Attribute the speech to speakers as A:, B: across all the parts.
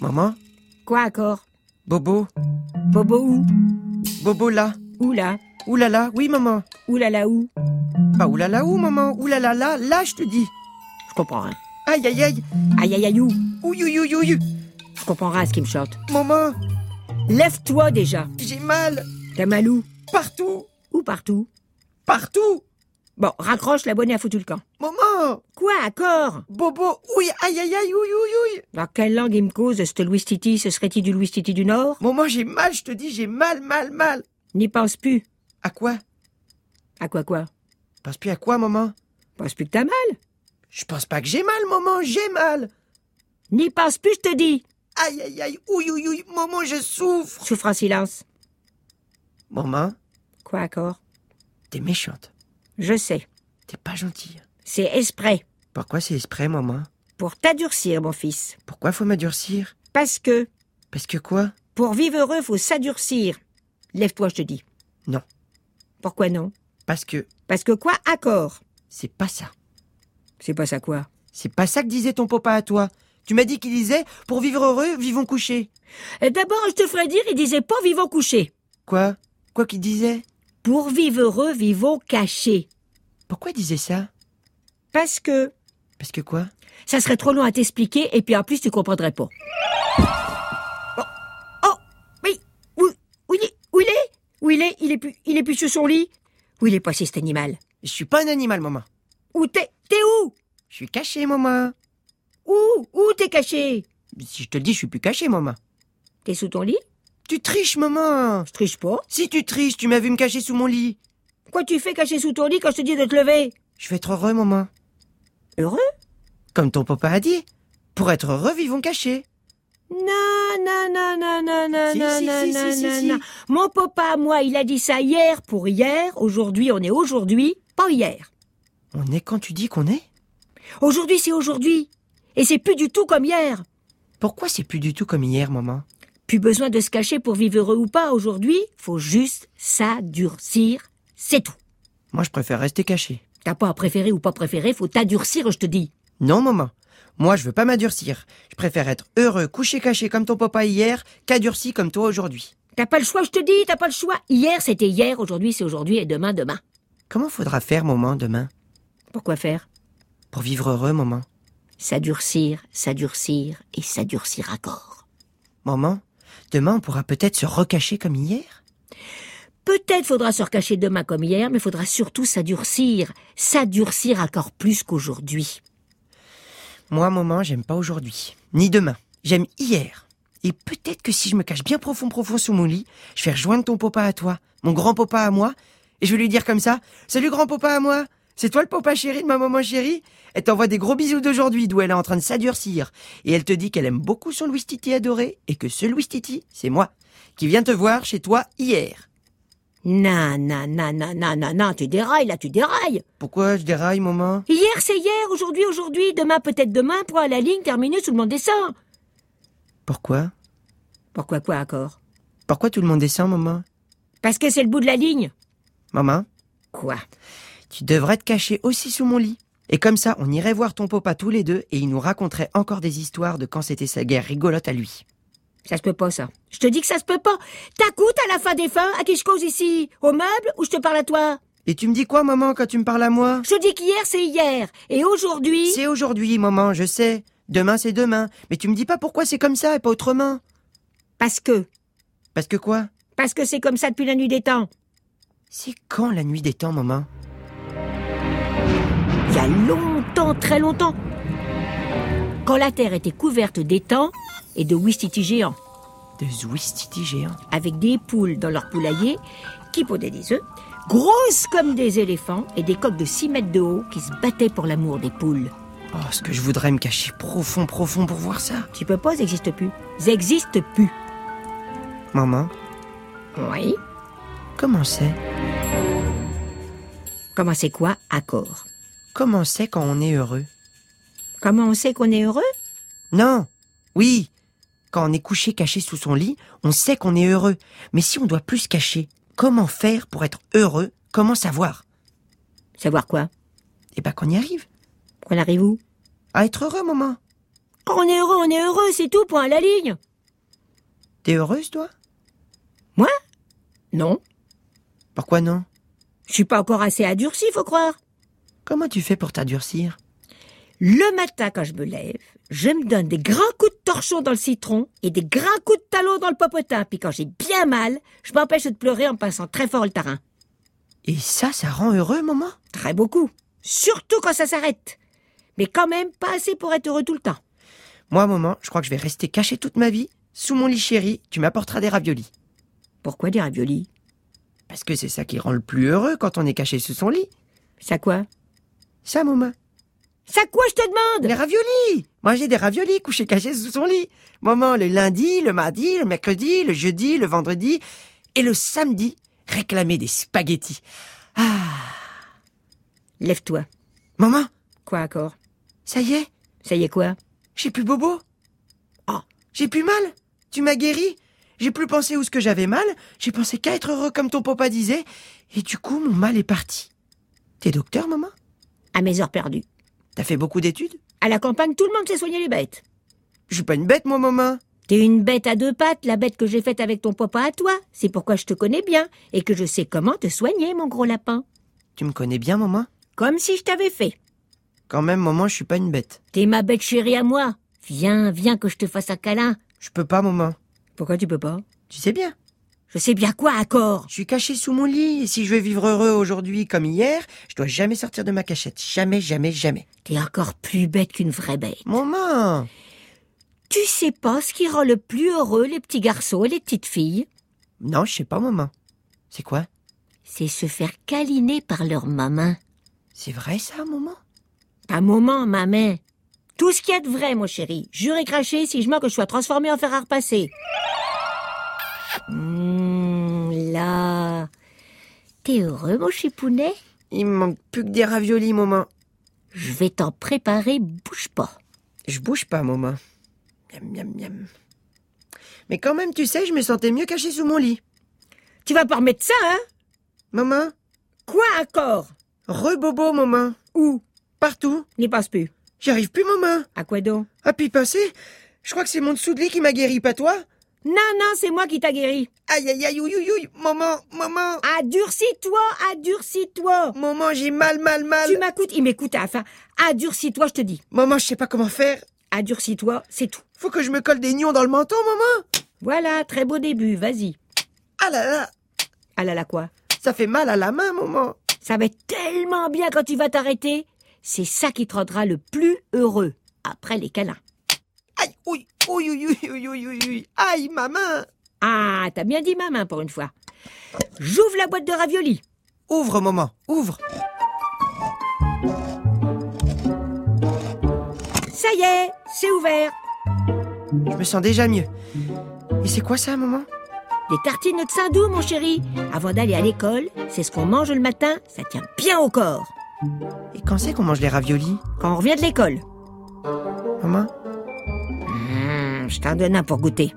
A: Maman
B: Quoi encore
A: Bobo
B: Bobo où
A: Bobo là
B: Où là
A: Oulala, là là, oui maman
B: Où là là où
A: Pas oulala là là où maman Oulala là là, là je te dis
B: Je comprends rien.
A: Aïe aïe aïe
B: Aïe aïe aïe où
A: Ouïe ouïe ouïe ouïe
B: Je comprends rien à ce qu'il me chante.
A: Maman,
B: Lève-toi déjà
A: j'ai mal
B: T'as mal où
A: Partout
B: Où partout
A: Partout
B: Bon, raccroche l'abonné à foutu le camp.
A: Maman
B: Quoi encore
A: Bobo Ouïe aïe aïe aïe ouïe ouïe ouïe
B: Dans quelle langue il me cause ce Louis Titi Ce serait-il du Louis Titi du Nord
A: Maman, j'ai mal, je te dis, j'ai mal, mal, mal
B: N'y pense plus.
A: À quoi
B: À quoi quoi
A: Pense plus à quoi, maman
B: Pense plus que t'as mal
A: Je pense pas que j'ai mal, maman, j'ai mal
B: N'y pense plus, je te dis
A: Aïe aïe aïe ouïe ouïe ouïe Maman, je souffre
B: Souffre en silence.
A: Maman,
B: Quoi encore
A: t'es méchante.
B: Je sais.
A: T'es pas gentille.
B: C'est esprit.
A: Pourquoi c'est esprit, maman
B: Pour t'adurcir, mon fils.
A: Pourquoi faut m'adurcir
B: Parce que,
A: Parce que quoi
B: pour vivre heureux, faut s'adurcir. Lève-toi, je te dis.
A: Non.
B: Pourquoi non
A: Parce que
B: Parce que quoi Accord.
A: c'est pas ça.
B: C'est pas ça quoi
A: C'est pas ça que disait ton papa à toi. Tu m'as dit qu'il disait pour vivre heureux, vivons couchés.
B: Euh, D'abord, je te ferai dire, il disait pas vivons couchés.
A: Quoi Quoi qu'il disait
B: Pour vivre heureux, vivons cachés.
A: Pourquoi il disait ça
B: Parce que,
A: Parce que quoi
B: ça serait trop long à t'expliquer, et puis en plus, tu comprendrais pas. Oh, oh mais, où, où il est Où il est Où il est Il est plus, il est plus sur son lit Où il est passé cet animal
A: Je suis pas un animal, maman.
B: Où t'es T'es où
A: Je suis caché, maman.
B: Où Où t'es caché
A: Si je te le dis, je suis plus caché, maman.
B: T'es sous ton lit
A: Tu triches, maman.
B: Je triche pas.
A: Si tu triches, tu m'as vu me cacher sous mon lit.
B: Quoi tu fais caché sous ton lit quand je te dis de te lever
A: Je vais être heureux, maman.
B: Heureux
A: Comme ton papa a dit. Pour être heureux, vivons cachés.
B: Non, non, non, non, non, non,
A: Si,
B: non,
A: si,
B: non,
A: si,
B: non,
A: si,
B: non,
A: si, si.
B: non. Mon papa, moi, il a dit ça hier pour hier. Aujourd'hui, on est aujourd'hui, pas hier.
A: On est quand tu dis qu'on est
B: Aujourd'hui, c'est aujourd'hui. Et c'est plus du tout comme hier.
A: Pourquoi c'est plus du tout comme hier, maman
B: Plus besoin de se cacher pour vivre heureux ou pas aujourd'hui. Faut juste s'adurcir. C'est tout.
A: Moi, je préfère rester caché.
B: T'as pas à préférer ou pas préférer, faut t'adurcir, je te dis.
A: Non, maman. Moi, je veux pas m'adurcir. Je préfère être heureux, couché caché comme ton papa hier, qu'adurci comme toi aujourd'hui.
B: T'as pas le choix, je te dis, t'as pas le choix. Hier, c'était hier, aujourd'hui, c'est aujourd'hui et demain, demain.
A: Comment faudra faire, maman, demain
B: Pourquoi faire
A: Pour vivre heureux, maman.
B: S'adurcir, s'adurcir et s'adurcir encore.
A: Maman, demain, on pourra peut-être se recacher comme hier
B: Peut-être faudra se recacher demain comme hier, mais faudra surtout s'adurcir, s'adurcir encore plus qu'aujourd'hui.
A: Moi, maman, j'aime pas aujourd'hui. Ni demain. J'aime hier. Et peut-être que si je me cache bien profond, profond sous mon lit, je vais rejoindre ton papa à toi, mon grand papa à moi, et je vais lui dire comme ça Salut, grand papa à moi C'est toi le papa chéri de ma maman chérie Elle t'envoie des gros bisous d'aujourd'hui, d'où elle est en train de s'adurcir. Et elle te dit qu'elle aime beaucoup son Louis Titi adoré, et que ce Louis Titi, c'est moi, qui viens te voir chez toi hier.
B: Non, non, non, non, non, non, non, tu dérailles, là, tu dérailles.
A: Pourquoi je déraille, maman
B: Hier, c'est hier, aujourd'hui, aujourd'hui, demain, peut-être demain, point à la ligne, terminus, tout le monde descend.
A: Pourquoi
B: Pourquoi quoi encore
A: Pourquoi tout le monde descend, maman
B: Parce que c'est le bout de la ligne.
A: Maman
B: Quoi
A: Tu devrais te cacher aussi sous mon lit. Et comme ça, on irait voir ton papa tous les deux et il nous raconterait encore des histoires de quand c'était sa guerre rigolote à lui.
B: Ça se peut pas, ça. Je te dis que ça se peut pas. T'accoutes à la fin des fins, à qui je cause ici Au meuble ou je te parle à toi
A: Et tu me dis quoi, maman, quand tu me parles à moi
B: Je te dis qu'hier, c'est hier, et aujourd'hui...
A: C'est aujourd'hui, maman, je sais. Demain, c'est demain. Mais tu me dis pas pourquoi c'est comme ça et pas autrement.
B: Parce que...
A: Parce que quoi
B: Parce que c'est comme ça depuis la nuit des temps.
A: C'est quand la nuit des temps, maman
B: Il y a longtemps, très longtemps, quand la terre était couverte d'étangs et de ouistiti géants,
A: De Zwistiti géant.
B: avec des poules dans leur poulailler qui podaient des œufs, grosses comme des éléphants et des coqs de 6 mètres de haut qui se battaient pour l'amour des poules.
A: Oh, ce que je voudrais me cacher profond, profond pour voir ça.
B: Tu peux pas, ça n'existe plus. Ça existe plus.
A: Maman,
B: Oui.
A: comment c'est
B: Comment c'est quoi, accord
A: Comment c'est quand on est heureux
B: Comment on sait qu'on est heureux
A: Non. Oui. Quand on est couché caché sous son lit, on sait qu'on est heureux. Mais si on doit plus se cacher, comment faire pour être heureux Comment savoir
B: Savoir quoi
A: Eh ben qu'on y arrive.
B: Qu'on arrive où
A: À être heureux, maman.
B: Oh, on est heureux, on est heureux, c'est tout, point à la ligne.
A: T'es heureuse, toi
B: Moi Non.
A: Pourquoi non
B: Je suis pas encore assez adurci, faut croire.
A: Comment tu fais pour t'adurcir
B: Le matin, quand je me lève, je me donne des grands coups de torchon dans le citron et des grands coups de talon dans le popotin. Puis quand j'ai bien mal, je m'empêche de pleurer en passant très fort le tarin.
A: Et ça, ça rend heureux, maman
B: Très beaucoup. Surtout quand ça s'arrête. Mais quand même, pas assez pour être heureux tout le temps.
A: Moi, maman, je crois que je vais rester cachée toute ma vie. Sous mon lit chéri, tu m'apporteras des raviolis.
B: Pourquoi des raviolis
A: Parce que c'est ça qui rend le plus heureux quand on est caché sous son lit.
B: Ça quoi
A: Ça, maman
B: Ça quoi, je te demande
A: Les raviolis Moi, j'ai des raviolis couchés cachés sous son lit. Maman, le lundi, le mardi, le mercredi, le jeudi, le vendredi et le samedi, réclamer des spaghettis. Ah,
B: Lève-toi.
A: Maman,
B: Quoi encore
A: ça y est
B: Ça y est quoi
A: J'ai plus bobo. Oh, j'ai plus mal. Tu m'as guéri. J'ai plus pensé où ce que j'avais mal. J'ai pensé qu'à être heureux comme ton papa disait. Et du coup, mon mal est parti. T'es docteur, maman
B: À mes heures perdues.
A: T'as fait beaucoup d'études
B: À la campagne, tout le monde sait soigner les bêtes.
A: Je suis pas une bête, moi, maman.
B: T'es une bête à deux pattes, la bête que j'ai faite avec ton papa à toi. C'est pourquoi je te connais bien et que je sais comment te soigner, mon gros lapin.
A: Tu me connais bien, maman
B: Comme si je t'avais fait.
A: Quand même, maman, je suis pas une bête.
B: T'es ma bête chérie à moi. Viens, viens que je te fasse un câlin.
A: Je peux pas, maman.
B: Pourquoi tu peux pas
A: Tu sais bien.
B: Je sais bien quoi, accord.
A: Je suis caché sous mon lit. Et si je veux vivre heureux aujourd'hui comme hier, je dois jamais sortir de ma cachette. Jamais, jamais, jamais.
B: T'es encore plus bête qu'une vraie bête.
A: Maman
B: Tu sais pas ce qui rend le plus heureux les petits garçons et les petites filles
A: Non, je sais pas, maman. C'est quoi
B: C'est se faire câliner par leur maman.
A: C'est vrai, ça, maman
B: Pas moment, maman. Tout ce qu'il y a de vrai, mon chéri. Juré craché si je mens que je sois transformé en fer à repasser. Mmh, là. T'es heureux, mon chipounet
A: Il me manque plus que des raviolis, maman.
B: Je vais t'en préparer, bouge pas.
A: Je bouge pas, maman. Miam, miam, miam. Mais quand même, tu sais, je me sentais mieux caché sous mon lit.
B: Tu vas pas remettre ça, hein
A: Maman,
B: Quoi encore
A: re-bobo, maman.
B: Où
A: Partout.
B: N'y pense plus.
A: J'y arrive plus, maman.
B: À quoi donc
A: Ah, puis passer Je crois que c'est mon dessous de lit qui m'a guéri, pas toi
B: Non, non, c'est moi qui t'a guéri.
A: Aïe, aïe, aïe, ouïe, ouïe, ouïe. Maman, maman.
B: Adurcis-toi, adurcis-toi.
A: Maman, j'ai mal, mal, mal.
B: Tu m'écoutes, il m'écoute à la fin. Adurcis-toi, je te dis.
A: Maman, je sais pas comment faire.
B: Adurcis-toi, c'est tout.
A: Faut que je me colle des nions dans le menton, maman.
B: Voilà, très beau début, vas-y.
A: Ah là là,
B: Ah là là quoi
A: ça fait mal à la main, maman.
B: Ça va être tellement bien quand tu vas t'arrêter. C'est ça qui te rendra le plus heureux après les câlins.
A: Aïe, ouïe, ouïe, ouïe, ouïe, ouïe, ouïe, ouïe. Aïe, ma main.
B: Ah, t'as bien dit maman pour une fois. J'ouvre la boîte de raviolis.
A: Ouvre, maman, ouvre.
B: Ça y est, c'est ouvert.
A: Je me sens déjà mieux. Et c'est quoi ça, maman
B: Des tartines de saindoux, mon chéri. Avant d'aller à l'école, c'est ce qu'on mange le matin. Ça tient bien au corps.
A: Et quand c'est qu'on mange les raviolis
B: Quand on revient de l'école.
A: Maman
B: Mmh, je t'en donne un pour goûter.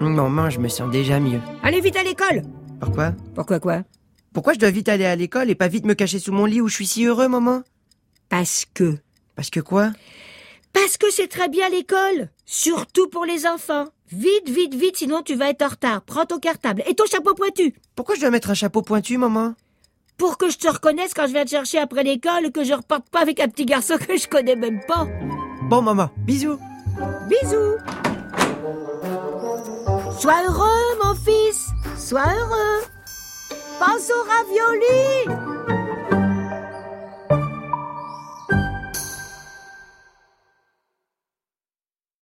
A: Maman, je me sens déjà mieux.
B: Allez vite à l'école.
A: Pourquoi
B: Pourquoi quoi
A: Pourquoi je dois vite aller à l'école et pas vite me cacher sous mon lit où je suis si heureux, maman
B: Parce que.
A: Parce que quoi
B: Parce que c'est très bien l'école, surtout pour les enfants. Vite, vite, vite, sinon tu vas être en retard. Prends ton cartable et ton chapeau pointu
A: Pourquoi je dois mettre un chapeau pointu, maman
B: pour que je te reconnaisse quand je viens te chercher après l'école, que je reparte pas avec un petit garçon que je connais même pas.
A: Bon, maman, bisous
B: Bisous. Sois heureux, mon fils. Sois heureux. Pense au ravioli.